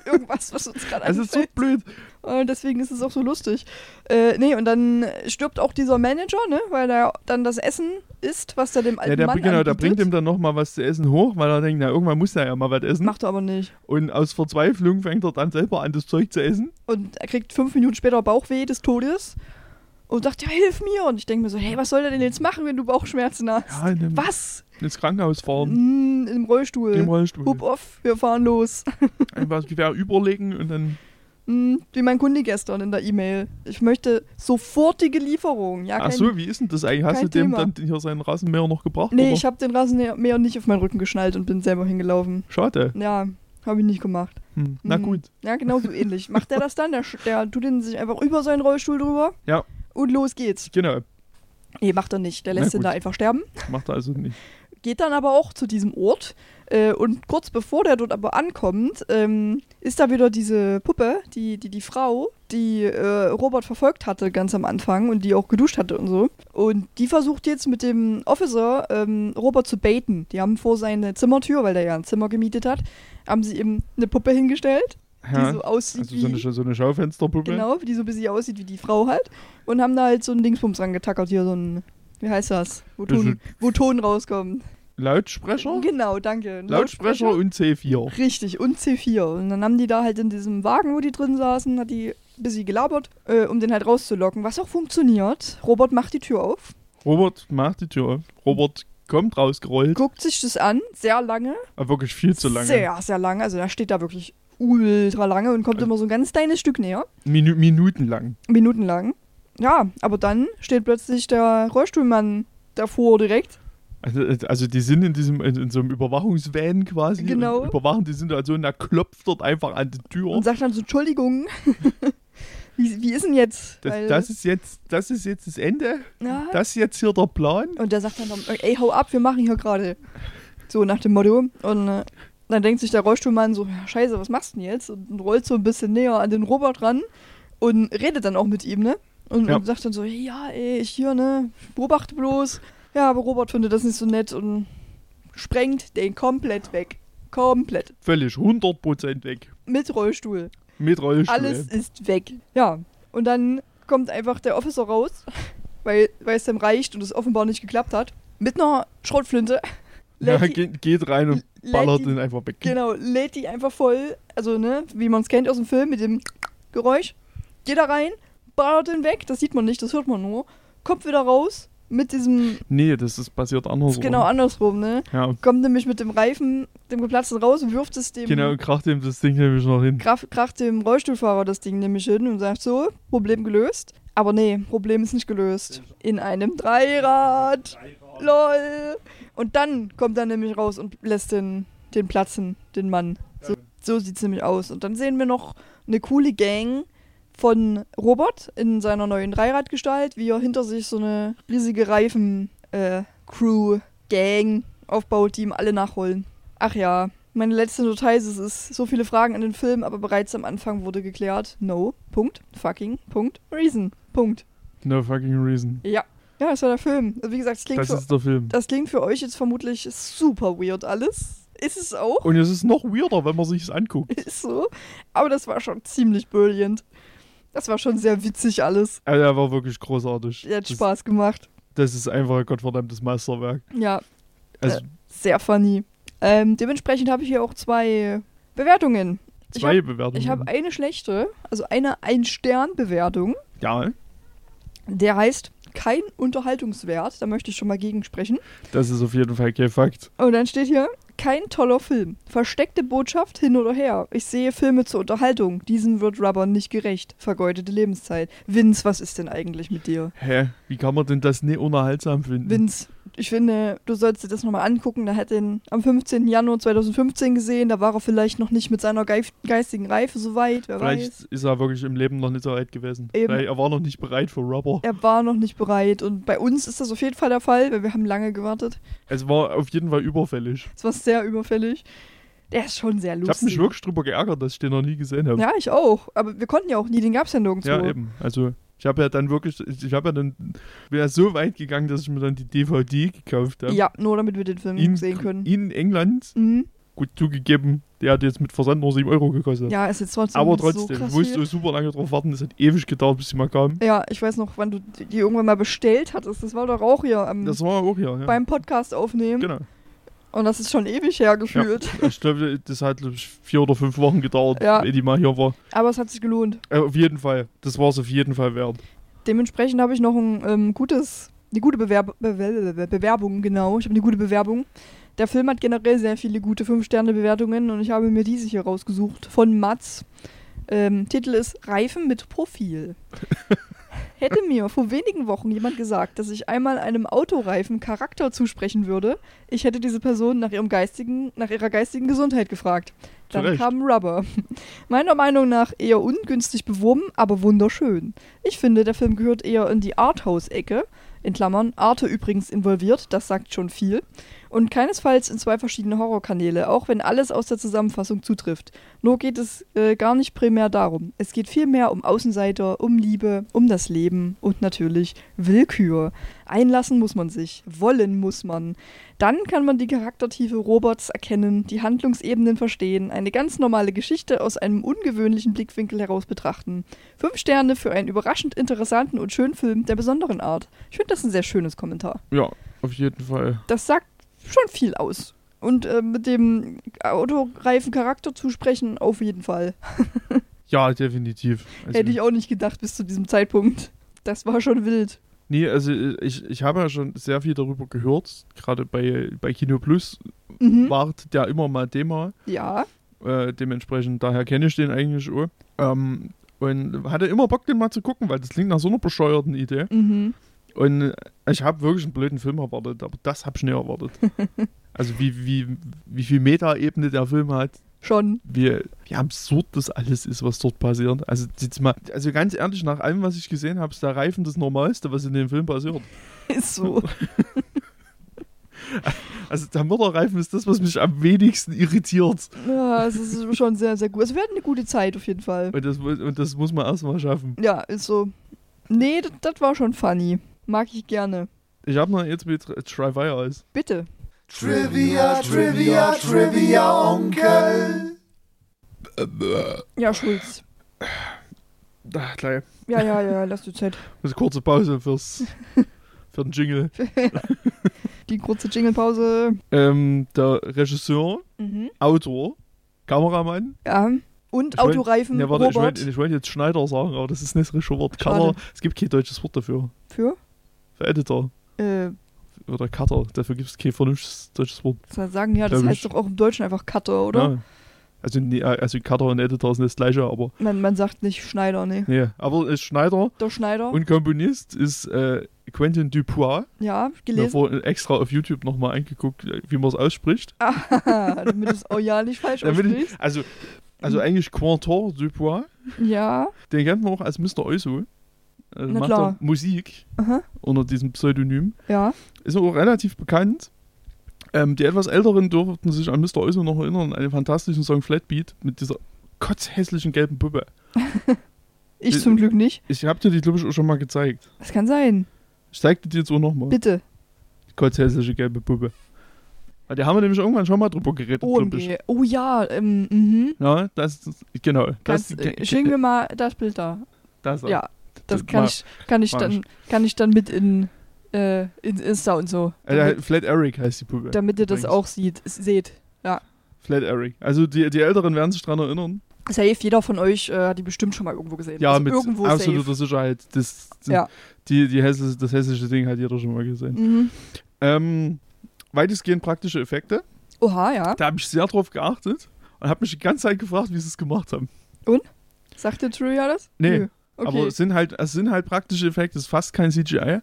S2: Irgendwas, was uns gerade
S3: Es ist so
S2: einfällt.
S3: blöd.
S2: Und deswegen ist es auch so lustig. Äh, nee, und dann stirbt auch dieser Manager, ne? Weil er dann das Essen isst, was er dem alten
S3: Ja, der,
S2: Mann
S3: genau, der
S2: anbietet.
S3: bringt ihm dann nochmal was zu essen hoch, weil er denkt, na, irgendwann muss er ja mal was essen.
S2: Macht er aber nicht.
S3: Und aus Verzweiflung fängt er dann selber an, das Zeug zu essen.
S2: Und er kriegt fünf Minuten später Bauchweh des Todes. Und sagt, ja, hilf mir. Und ich denke mir so, hey, was soll der denn jetzt machen, wenn du Bauchschmerzen hast?
S3: Ja, in einem,
S2: Was?
S3: ins Krankenhaus fahren.
S2: Mm, Im Rollstuhl.
S3: Im Rollstuhl.
S2: Hub off, wir fahren los.
S3: Einfach das Gewehr überlegen und dann
S2: Hm, wie mein Kunde gestern in der E-Mail. Ich möchte sofortige Lieferung. Ja, kein,
S3: Achso, wie ist denn das eigentlich? Hast
S2: kein
S3: du dem
S2: Thema.
S3: dann hier seinen Rasenmäher noch gebracht?
S2: nee,
S3: oder?
S2: ich habe den Rasenmäher nicht auf meinen Rücken geschnallt und bin selber hingelaufen.
S3: Schade.
S2: Ja, habe ich nicht gemacht.
S3: Hm. Na
S2: Mhm.
S3: gut.
S2: Ja, genau so ähnlich. Macht der das dann? Der, sch- der tut den sich einfach über seinen Rollstuhl drüber.
S3: Ja.
S2: Und los geht's.
S3: Genau.
S2: Nee, macht er nicht. Der
S3: Na
S2: lässt ihn
S3: gut.
S2: da einfach sterben.
S3: Macht er also nicht.
S2: Geht dann aber auch zu diesem Ort. Äh, und kurz bevor der dort aber ankommt, ähm, ist da wieder diese Puppe, die, die, die Frau, die äh, Robert verfolgt hatte ganz am Anfang und die auch geduscht hatte und so. Und die versucht jetzt mit dem Officer ähm, Robert zu baiten. Die haben vor seine Zimmertür, weil der ja ein Zimmer gemietet hat, haben sie ihm eine Puppe hingestellt,
S3: Ja.
S2: die so aussieht
S3: also
S2: wie
S3: so eine, so eine Schaufensterpuppe.
S2: Genau, die so ein bisschen aussieht wie die Frau halt. Und haben da halt so ein Dingsbums rangetackert, hier so ein, wie heißt das? Wo
S3: Das
S2: Ton,
S3: ist-
S2: wo Ton rauskommt.
S3: Lautsprecher?
S2: Genau, danke. Ein
S3: Lautsprecher und C4.
S2: Richtig, und C4. Und dann haben die da halt in diesem Wagen, wo die drin saßen, hat die ein bisschen gelabert, äh, um den halt rauszulocken. Was auch funktioniert. Robert macht die Tür auf,
S3: Robert macht die Tür auf. Robert kommt rausgerollt.
S2: guckt sich das an, sehr lange.
S3: Aber wirklich viel zu lange.
S2: Sehr, sehr lange. Also da steht da wirklich ultra lange und kommt
S3: Also-
S2: immer so ein ganz kleines Stück näher.
S3: Minu minutenlang.
S2: minutenlang. Ja, aber dann steht plötzlich der Rollstuhlmann davor direkt.
S3: Also, also die sind in diesem in, in so einem Überwachungsvan quasi
S2: Genau.
S3: und überwachen die Situation, da klopft dort einfach an die Tür.
S2: und sagt dann so, Entschuldigung, wie, wie ist denn jetzt?
S3: Das,
S2: Weil-
S3: das ist jetzt das ist jetzt das Ende.
S2: ja.
S3: Das ist jetzt hier der Plan.
S2: Und der sagt dann, dann, ey, hau ab, wir machen hier gerade. So nach dem Motto. Und äh, dann denkt sich der Rollstuhlmann so, ja, scheiße, was machst du denn jetzt? Und rollt so ein bisschen näher an den Robert ran und redet dann auch mit ihm, ne? Und,
S3: Ja.
S2: und sagt dann so, ja, ey, ich hier, ne? Beobachte bloß. Ja, aber Robert findet das nicht so nett und sprengt den komplett weg. Komplett.
S3: Völlig 100% weg.
S2: Mit Rollstuhl.
S3: Mit Rollstuhl.
S2: Alles ist weg. Ja. Und dann kommt einfach der Officer raus, weil weil es dem reicht und es offenbar nicht geklappt hat. Mit einer Schrotflinte.
S3: ja,
S2: Lädt die-
S3: geht, geht rein und
S2: lädt
S3: ballert
S2: die-
S3: ihn einfach weg.
S2: Genau, lädt die einfach voll. Also, ne, wie man es kennt aus dem Film mit dem Geräusch. Geht da rein, ballert den weg, das sieht man nicht, das hört man nur. Kommt wieder raus mit diesem,
S3: Nee, das ist passiert andersrum.
S2: genau andersrum, ne?
S3: Ja,
S2: Kommt nämlich mit dem Reifen, dem geplatzten raus und wirft es dem,
S3: genau, und kracht ihm das Ding nämlich noch hin.
S2: kracht, kracht dem Rollstuhlfahrer das Ding nämlich hin und sagt so, Problem gelöst. Aber nee, Problem ist nicht gelöst. In einem Dreirad. LOL. Und dann kommt er nämlich raus und lässt den, den platzen, den Mann. So, so sieht es nämlich aus. Und dann sehen wir noch eine coole Gang von Robert in seiner neuen Dreiradgestalt, wie er hinter sich so eine riesige Reifen-Crew-Gang aufbaut, die ihm alle nachholen. Ach ja, meine letzte Notiz ist, es ist so viele Fragen an den Film, aber bereits am Anfang wurde geklärt. No, Punkt, fucking, Punkt, reason, Punkt.
S3: No fucking reason.
S2: Ja, ja, das war der Film. Also wie gesagt, es klingt
S3: Das
S2: für
S3: ist der Film.
S2: das klingt für euch jetzt vermutlich super weird alles. Ist es auch.
S3: Und es ist noch weirder, wenn man sich es anguckt.
S2: Ist so. Aber das war schon ziemlich brillant. Das war schon sehr witzig alles.
S3: Also, er war wirklich großartig.
S2: Der hat
S3: das,
S2: Spaß gemacht.
S3: das ist einfach ein gottverdammtes Meisterwerk.
S2: Ja,
S3: Also,
S2: sehr funny. Ähm, dementsprechend habe ich hier auch zwei Bewertungen. Ich
S3: zwei
S2: hab-
S3: Bewertungen.
S2: Ich habe eine schlechte, also eine Ein-Stern-Bewertung.
S3: ja,
S2: Der heißt kein Unterhaltungswert. Da möchte ich schon mal gegen sprechen.
S3: das ist auf jeden Fall kein Fakt.
S2: Und dann steht hier, kein toller Film. Versteckte Botschaft hin oder her. Ich sehe Filme zur Unterhaltung. Diesen wird Rubber nicht gerecht. Vergeudete Lebenszeit. Vince, was ist denn eigentlich mit dir?
S3: Hä? Wie kann man denn das nicht unterhaltsam finden?
S2: Vince, ich finde, du sollst dir das nochmal angucken. Da hat er am 15. Januar 2015 gesehen. Da war er vielleicht noch nicht mit seiner geif- geistigen Reife so weit. Wer
S3: Vielleicht
S2: weiß.
S3: ist er wirklich im Leben noch nicht so weit gewesen.
S2: Eben.
S3: Vielleicht, er war noch nicht bereit für Rubber.
S2: Er war noch nicht bereit. Und bei uns ist das auf jeden Fall der Fall, weil wir haben lange gewartet.
S3: Es war auf jeden Fall überfällig.
S2: Es war sehr überfällig. Der ist schon sehr
S3: Ich habe
S2: lustig.
S3: mich wirklich drüber geärgert, dass ich den noch nie gesehen habe.
S2: ja, ich auch. Aber wir konnten ja auch nie, den gab es ja nirgendwo.
S3: Ähm. Ja, eben. Also ich habe ja dann wirklich, ich habe ja dann, bin ja so weit gegangen, dass ich mir dann die DVD gekauft habe.
S2: Ja, nur damit wir den Film
S3: in,
S2: sehen können.
S3: In England,
S2: Mhm.
S3: gut zugegeben, der hat jetzt mit Versand nur 7 Euro gekostet.
S2: Ja, ist jetzt trotzdem
S3: Aber
S2: nicht
S3: trotzdem,
S2: so krass
S3: musst
S2: viel.
S3: du super lange drauf warten, es hat ewig gedauert, bis sie mal kam.
S2: Ja, ich weiß noch, wann du die irgendwann mal bestellt hattest. Das war doch auch hier am,
S3: Das war auch hier, ja.
S2: Mhm. beim Podcast aufnehmen.
S3: genau.
S2: Und das ist schon ewig her gefühlt.
S3: Ich glaube, das hat glaub ich, vier oder fünf Wochen gedauert,
S2: Ja.
S3: ehe die mal hier war.
S2: Aber es hat sich gelohnt.
S3: Äh, auf jeden Fall, das war es auf jeden Fall wert.
S2: Dementsprechend habe ich noch ein ähm, gutes, eine gute Bewerb Bewer Bewerbung, genau. Ich habe eine gute Bewerbung. Der Film hat generell sehr viele gute 5-Sterne-Bewertungen und ich habe mir diese hier rausgesucht von Mats. Ähm, Titel ist Reifen mit Profil. Hätte mir vor wenigen Wochen jemand gesagt, dass ich einmal einem Autoreifen Charakter zusprechen würde, ich hätte diese Person nach, ihrem geistigen, nach ihrer geistigen Gesundheit gefragt. Dann
S3: Zu Recht.
S2: kam Rubber. Meiner Meinung nach eher ungünstig beworben, aber wunderschön. Ich finde, der Film gehört eher in die Arthouse-Ecke. In Klammern, Arte übrigens involviert, das sagt schon viel. Und keinesfalls in zwei verschiedene Horrorkanäle, auch wenn alles aus der Zusammenfassung zutrifft. Nur geht es äh, gar nicht primär darum. Es geht vielmehr um Außenseiter, um Liebe, um das Leben und natürlich Willkür. Einlassen muss man sich, wollen muss man. Dann kann man die Charaktertiefe Roberts erkennen, die Handlungsebenen verstehen, eine ganz normale Geschichte aus einem ungewöhnlichen Blickwinkel heraus betrachten. Fünf Sterne für einen überraschend interessanten und schönen Film der besonderen Art. Ich finde das ein sehr schönes Kommentar
S3: Ja, auf jeden Fall.
S2: das sagt schon viel aus. Und äh, mit dem autoreifen Charakter zu sprechen, auf jeden Fall.
S3: Ja, definitiv. Also,
S2: Hätte ich auch nicht gedacht bis zu diesem Zeitpunkt. Das war schon wild.
S3: Nee, also ich, ich habe ja schon sehr viel darüber gehört. Gerade bei, bei Kino Plus
S2: Mhm.
S3: wart der immer mal Thema.
S2: Ja,
S3: Äh, dementsprechend, daher kenne ich den eigentlich auch. Ähm, und hatte immer Bock, den mal zu gucken, weil das klingt nach so einer bescheuerten Idee.
S2: mhm.
S3: Und äh, ich habe wirklich einen blöden Film erwartet, aber das habe ich nicht erwartet. also wie, wie, wie viel Meta-Ebene der Film hat,
S2: schon.
S3: wie, wie absurd das alles ist, was dort passiert. Also, jetzt mal, also ganz ehrlich, nach allem, was ich gesehen habe, ist der Reifen das Normalste, was in dem Film passiert.
S2: Ist so.
S3: Also der Mörderreifen ist das, was mich am wenigsten irritiert.
S2: ja, es ist schon sehr, sehr gut. Also wir hatten eine gute Zeit auf jeden Fall.
S3: Und das, mu- und das muss man erstmal schaffen.
S2: Ja, ist so. Nee, das- das war schon funny. Mag ich gerne. ist
S3: Ich habe noch jetzt mit Trivia als.
S2: Bitte.
S5: Trivia, Trivia, Trivia Onkel.
S2: Ja, Schulz.
S3: Da, gleich.
S2: Ja, ja, ja, lass die Zeit.
S3: Eine kurze Pause fürs, für den Jingle.
S2: Die kurze Jinglepause.
S3: Ähm, der Regisseur,
S2: Mhm.
S3: Autor, Kameramann.
S2: Ja. Und
S3: Ich wollt-
S2: Autoreifen
S3: Ja, warte, ich
S2: Robert.
S3: wollte ich wollt jetzt Schneider sagen, aber das ist nicht das richtige Wort. Cutter, es gibt kein deutsches Wort dafür.
S2: Für?
S3: Für Editor
S2: Äh,
S3: oder Cutter, dafür gibt es kein vernünftiges deutsches Wort.
S2: soll ich sagen, ja, das
S3: Glaub ich.
S2: heißt doch auch im Deutschen einfach Cutter, oder?
S3: Ja. Also, nee, also Cutter und Editor sind das gleiche, aber
S2: Man, man sagt nicht Schneider, nee.
S3: nee. Aber äh, Schneider
S2: Der Schneider,
S3: Und Komponist ist äh, Quentin Dupois.
S2: ja,
S3: Ich habe
S2: gelesen.
S3: vorhin extra auf YouTube nochmal angeguckt, wie man es ausspricht.
S2: Haha, Ah, damit es auch ja nicht falsch
S3: Damit
S2: aussprichst.
S3: ich, also,
S2: Mhm.
S3: also eigentlich Quentin Dupois,
S2: Ja,
S3: den kennt man auch als Mr. Oizo. Also
S2: Na
S3: macht
S2: klar.
S3: er Musik
S2: aha,
S3: unter diesem Pseudonym.
S2: ja.
S3: Ist auch relativ bekannt. Ähm, die etwas Älteren dürften sich an Mr. Oizo noch erinnern, an den fantastischen Song Flatbeat mit dieser kotzhässlichen gelben Puppe.
S2: Ich
S3: Äh,
S2: zum Glück nicht.
S3: Ich habe dir die, glaube ich, auch schon mal gezeigt.
S2: Das kann sein.
S3: Ich zeig dir die jetzt auch nochmal.
S2: Bitte.
S3: kotzhässliche gelbe Puppe. Weil da haben wir nämlich irgendwann schon mal drüber geredet, glaube ich.
S2: OMG. Oh ja, ähm, mhm.
S3: Ja, das ist, genau. Das,
S2: Kannst, äh, schicken wir mal das Bild da.
S3: das,
S2: Ja, das
S3: Das
S2: kann
S3: mach-
S2: ich, kann ich
S3: mach
S2: dann, kann ich dann mit in, äh, in Insta und so.
S3: Äh,
S2: Damit,
S3: Flat Eric heißt die Puppe.
S2: damit ihr das
S3: übrigens.
S2: auch sieht, seht.
S3: Flat Eric. Also die, die Älteren werden sich daran erinnern.
S2: Safe, jeder von euch äh, hat die bestimmt schon mal irgendwo gesehen.
S3: Ja,
S2: also
S3: mit
S2: irgendwo
S3: absoluter
S2: safe.
S3: Sicherheit. Das, das-
S2: Ja.
S3: die, die hässliche, das hässliche Ding hat jeder schon mal gesehen.
S2: Mhm.
S3: Ähm, weitestgehend praktische Effekte.
S2: Oha, ja.
S3: Da habe ich sehr drauf geachtet und habe mich die ganze Zeit gefragt, wie sie es gemacht haben.
S2: Sagte Trulia das?
S3: Nee,
S2: Nö. Okay.
S3: Aber es sind halt, es sind halt praktische Effekte, es ist fast kein CGI.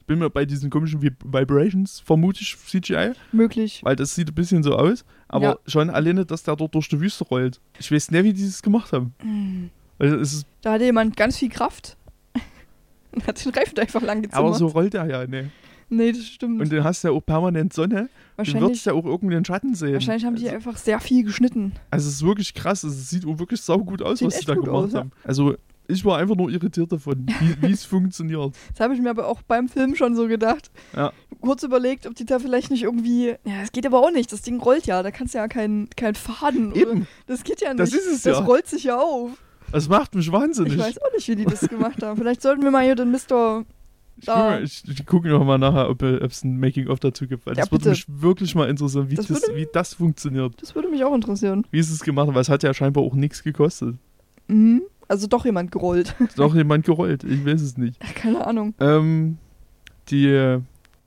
S3: Ich bin mir bei diesen komischen Vib- Vibrations vermute ich CGI,
S2: Möglich.
S3: weil das sieht ein bisschen so aus. Aber
S2: Ja.
S3: schon alleine, dass der dort durch die Wüste rollt. Ich weiß nicht, wie die das gemacht haben. Also es ist,
S2: Da hatte jemand ganz viel Kraft. Und hat den Reifen einfach lang gezimmert.
S3: aber so rollt er ja, ne?
S2: nee, das stimmt.
S3: Und dann hast du ja auch permanent Sonne. Du
S2: wahrscheinlich,
S3: würdest ja auch irgendeinen Schatten sehen.
S2: wahrscheinlich haben die
S3: also,
S2: einfach sehr viel geschnitten.
S3: also es ist wirklich krass. Also es sieht auch wirklich saugut aus,
S2: Sieht
S3: was die
S2: echt
S3: da
S2: gut
S3: gemacht
S2: aus, ja.
S3: haben. Also ich war einfach nur irritiert davon, wie wie es funktioniert.
S2: Das habe ich mir aber auch beim Film schon so gedacht.
S3: Ja.
S2: Kurz überlegt, ob die da vielleicht nicht irgendwie. Ja, das geht aber auch nicht. Das Ding rollt ja. Da kannst du ja keinen keinen Faden. Oder,
S3: Eben,
S2: das geht ja nicht.
S3: Das ist es
S2: Das
S3: ja.
S2: rollt sich ja auf.
S3: das macht mich wahnsinnig.
S2: Ich weiß auch nicht, wie die das gemacht haben. Vielleicht sollten wir mal hier den Mr.
S3: Ich,
S2: Da.
S3: gucke- ich, ich gucke noch mal nachher, ob es ein Making-of dazu gibt, weil
S2: oh. Ja,
S3: das würde
S2: bitte.
S3: mich wirklich mal interessieren, wie
S2: Das
S3: das, wie das funktioniert.
S2: Das würde mich auch interessieren.
S3: Wie ist es gemacht? Weil es hat ja scheinbar auch nichts gekostet.
S2: Mhm. Also doch jemand gerollt.
S3: Ist auch jemand gerollt, ich weiß es nicht.
S2: Keine Ahnung.
S3: Ähm, die,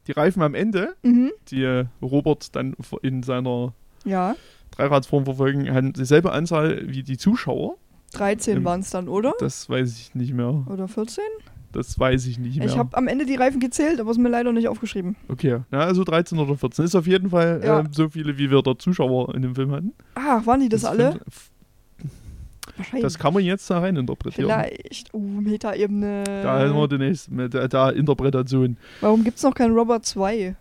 S3: die Reifen am Ende,
S2: Mhm.
S3: die äh, Robert dann in seiner
S2: Ja.
S3: halt Dreiradsform verfolgen, haben dieselbe Anzahl wie die Zuschauer.
S2: 13
S3: Im-
S2: waren es dann, oder?
S3: Das weiß ich nicht mehr.
S2: Oder 14?
S3: Das weiß ich nicht mehr.
S2: Ich habe am Ende die Reifen gezählt, aber es mir leider nicht aufgeschrieben.
S3: okay, na, also 13 oder 14 ist auf jeden Fall
S2: Ja.
S3: ähm, so viele, wie wir da Zuschauer in dem Film hatten.
S2: Ah, waren die das, alle?
S3: find-
S2: Wahrscheinlich.
S3: Das kann man jetzt da rein interpretieren.
S2: Vielleicht. Uh, Metaebene.
S3: Da haben wir den nächsten, mit der, der Interpretation.
S2: Warum gibt's noch keinen Robber 2?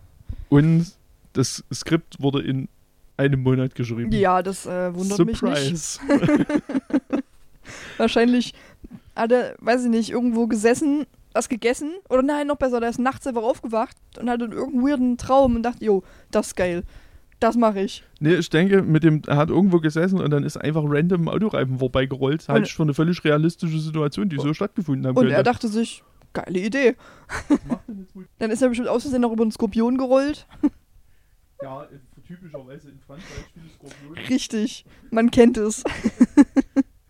S3: Und das Skript wurde in einem Monat geschrieben.
S2: Ja, das äh, wundert mich nicht.
S3: Surprise.
S2: Wahrscheinlich hat er, weiß ich nicht, irgendwo gesessen, was gegessen. Oder nein, noch besser, der ist nachts einfach aufgewacht und hatte einen irgendeinen weirden Traum und dachte, jo, das ist geil. Das mache ich.
S3: Nee, ich denke, mit dem, er hat irgendwo gesessen und dann ist einfach random ein Autoreifen vorbeigerollt. Halte ich für eine völlig realistische Situation, die so stattgefunden haben
S2: Oh. Und
S3: könnte.
S2: er dachte sich, geile Idee.
S4: Macht denn jetzt wohl.
S2: Dann ist er bestimmt aus Versehen noch über einen Skorpion gerollt.
S4: Ja, äh, typischerweise in Frankreich viele Skorpione.
S2: Richtig, man kennt es.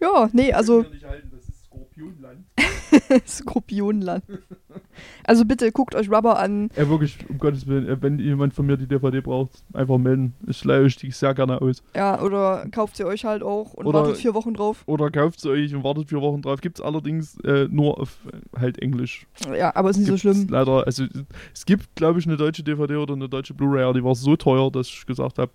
S2: ja, nee, also
S4: Können wir nicht halten, das ist Skorpionland.
S2: Skorpionland. Also bitte guckt euch Rubber an.
S3: Ja, wirklich, um Gottes Willen, äh, wenn jemand von mir die DVD braucht, einfach melden. Ich leihe euch die sehr gerne aus.
S2: Ja, oder kauft sie euch halt auch und
S3: Oder-
S2: wartet vier Wochen drauf.
S3: Oder kauft sie euch und wartet vier Wochen drauf. Gibt es allerdings äh, nur auf äh, halt Englisch.
S2: Ja, aber ist nicht so
S3: Gibt's
S2: schlimm.
S3: Leider, also es gibt, glaube ich, eine deutsche DVD oder eine deutsche Blu-ray, aber die war so teuer, dass ich gesagt habe,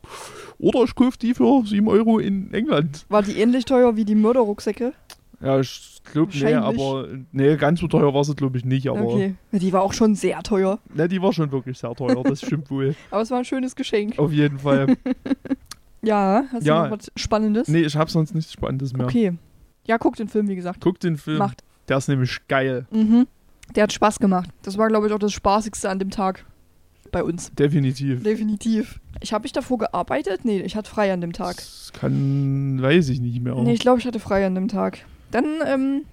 S3: oder ich kaufe die für 7 Euro in England.
S2: War die ähnlich teuer wie die Mörderrucksäcke?
S3: Ja, ich glaube, nee,
S2: Wahrscheinlich.
S3: aber nee, ganz so teuer war sie, glaube ich, nicht, aber
S2: Okay. Ja, Die war auch schon sehr teuer.
S3: ne, die war schon wirklich sehr teuer, das stimmt wohl.
S2: Aber es war ein schönes Geschenk.
S3: Auf jeden Fall.
S2: Ja, hast
S3: Ja.
S2: du noch was Spannendes?
S3: Nee, ich habe sonst nichts Spannendes mehr.
S2: Okay. Ja, guckt den Film, wie gesagt.
S3: Guck den Film,
S2: Macht.
S3: der ist nämlich geil.
S2: Mhm. Der hat Spaß gemacht. Das war, glaube ich, auch das Spaßigste an dem Tag. Bei uns.
S3: Definitiv.
S2: Definitiv. Ich habe ich davor gearbeitet? Nee, ich hatte frei an dem Tag.
S3: Das kann, weiß ich nicht mehr.
S2: Nee, ich glaube, ich hatte frei an dem Tag. Dann, ähm,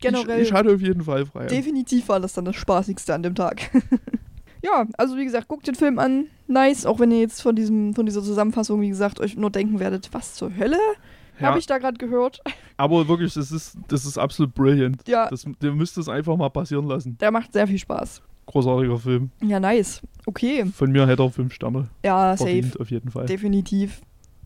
S2: generell.
S3: Ich, ich hatte auf jeden Fall frei.
S2: Definitiv war das dann das Spaßigste an dem Tag. ja, also wie gesagt, guckt den Film an. Nice, auch wenn ihr jetzt von, diesem, von dieser Zusammenfassung, wie gesagt, euch nur denken werdet, was zur Hölle
S3: Ja.
S2: habe ich da gerade gehört?
S3: Aber wirklich, das ist, das ist absolut brillant.
S2: Ja,
S3: Das, der müsste es einfach mal passieren lassen.
S2: der macht sehr viel Spaß.
S3: Großartiger Film.
S2: Ja, nice. Okay.
S3: Von mir hätte er fünf Sterne
S2: Ja, Ah, safe.
S3: verdient, auf jeden Fall.
S2: Definitiv.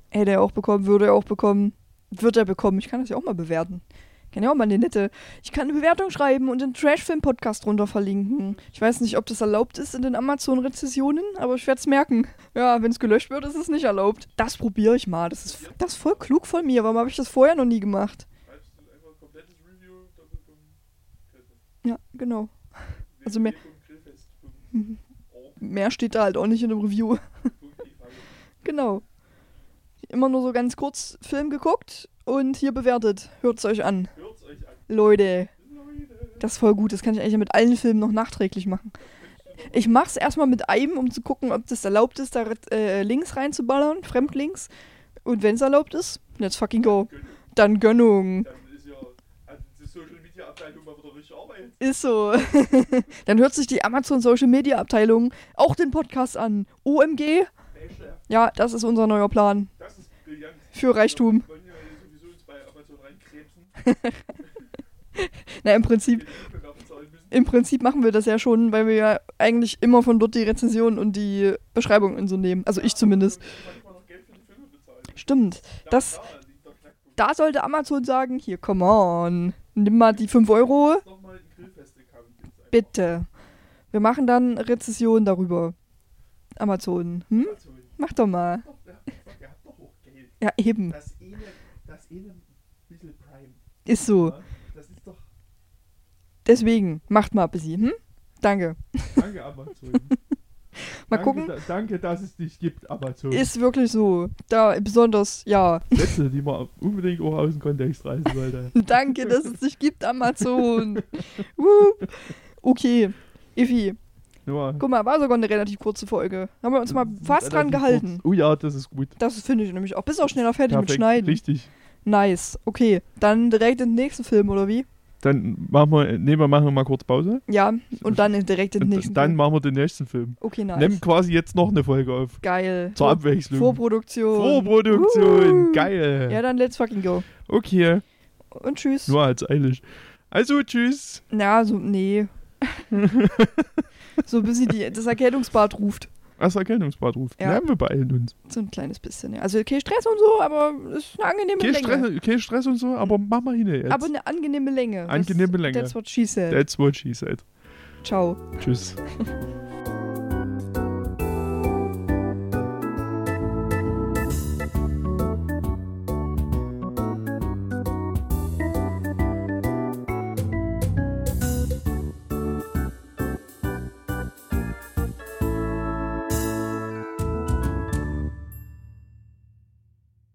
S2: Hätte er auch bekommen, würde er auch bekommen, wird er bekommen. Ich kann das ja auch mal bewerten. Ich kann ja auch mal eine nette. Ich kann eine Bewertung schreiben und den Trashfilm-Podcast runter verlinken. Ich weiß nicht, ob das erlaubt ist in den Amazon-Rezessionen, aber ich werde es merken. Ja, wenn es gelöscht wird, ist es nicht erlaubt. Das probiere ich mal. Das ist, das ist voll klug von mir. Warum habe ich das vorher noch nie gemacht?
S4: Schreibst du einfach ein komplettes Review, Doppelpunkt, Grillfest.
S2: Ja, genau. Also mehr-
S4: www.grillfest.org.tv.
S2: Mehr steht da halt auch nicht in dem Review. Genau. Immer nur so ganz kurz Film geguckt und hier bewertet. Hört's euch an.
S4: Hört's euch an.
S2: Leute,
S4: Leute.
S2: das ist voll gut. Das kann ich eigentlich mit allen Filmen noch nachträglich machen. Ich mach's erstmal mit einem, um zu gucken, ob das erlaubt ist, da äh, links reinzuballern, fremdlinks. Und wenn's erlaubt ist, let's fucking go. Dann Gönnung.
S4: Dann ist ja also die Social Media Abteilung mal wieder richtig Arbeit.
S2: Ist so. Dann hört sich die Amazon Social Media Abteilung auch den Podcast an. OMG?
S4: Ey, Chef,
S2: Ja, das ist unser neuer Plan.
S4: Das ist brillant.
S2: Für Reichtum.
S4: Wir wollen ja sowieso uns bei Amazon reinkrebsen,
S2: Na, im Prinzip
S4: die Wettbewerb bezahlen müssen.
S2: Im Prinzip machen wir das ja schon, weil wir ja eigentlich immer von dort die Rezensionen und die Beschreibungen und so nehmen. Also ich zumindest.
S4: Und manchmal noch Geld für die Filme bezahlen.
S2: Stimmt. Das,
S4: Da liegt der Knackpunkt.
S2: da sollte Amazon sagen, hier, come on, nimm mal die 5 Euro,
S4: Nochmal ein Grillfest-Account. jetzt einfach.
S2: bitte. Wir machen dann Rezession darüber. Amazon, hm?
S4: Also,
S2: Mach doch mal.
S4: doch, der, der hat doch auch Geld.
S2: Ja, eben.
S4: Das eh ne- das eh ein bisschen Prime.
S2: Ist so.
S4: Ne? Das ist doch.
S2: Deswegen, macht mal ein bisschen, hm? Danke.
S3: Danke, Amazon.
S2: Mal gucken.
S3: danke, dass es dich gibt, Amazon.
S2: Ist wirklich so. Da besonders, ja.
S3: Sätze, die man unbedingt auch aus dem Kontext reißen sollte.
S2: Danke, dass es dich gibt, Amazon. Wup. Okay, Ivi,
S3: Nur mal-
S2: Guck mal, war sogar eine relativ kurze Folge. Haben wir uns mal fast dran
S3: Relativ
S2: gehalten.
S3: kurz. Oh ja, das ist gut.
S2: Das finde ich nämlich auch. Bist auch schneller fertig mit Schneiden.
S3: Richtig.
S2: Nice. Okay, dann direkt in den nächsten Film, oder wie?
S3: Dann machen wir, nee, wir machen mal kurz Pause.
S2: Ja, und dann in- direkt in den nächsten
S3: Und dann
S2: Film.
S3: machen wir den nächsten Film.
S2: Okay, nice.
S3: Nehmen quasi jetzt noch eine Folge auf.
S2: Geil.
S3: Zur
S2: Vor-
S3: Abwechslung.
S2: Vorproduktion.
S3: Vorproduktion.
S2: Wuhu.
S3: Geil.
S2: Ja, dann let's fucking go.
S3: okay.
S2: Und tschüss.
S3: Nur als eilig. Also, tschüss.
S2: Na, so, nee. so ein bisschen die, das Erkältungsbad ruft.
S3: Erst Erkältungsbadruf.
S2: Ja.
S3: Lernen wir beeilen uns.
S2: So ein kleines bisschen, ja. Also okay, Stress und so, aber es ist eine angenehme
S3: Kein
S2: Länge.
S3: Stress, kein Stress und so, aber mach mal hin jetzt.
S2: Aber eine angenehme Länge. Das-
S3: Angenehme Länge.
S2: That's what she said.
S3: That's what she said.
S2: Ciao.
S3: Tschüss.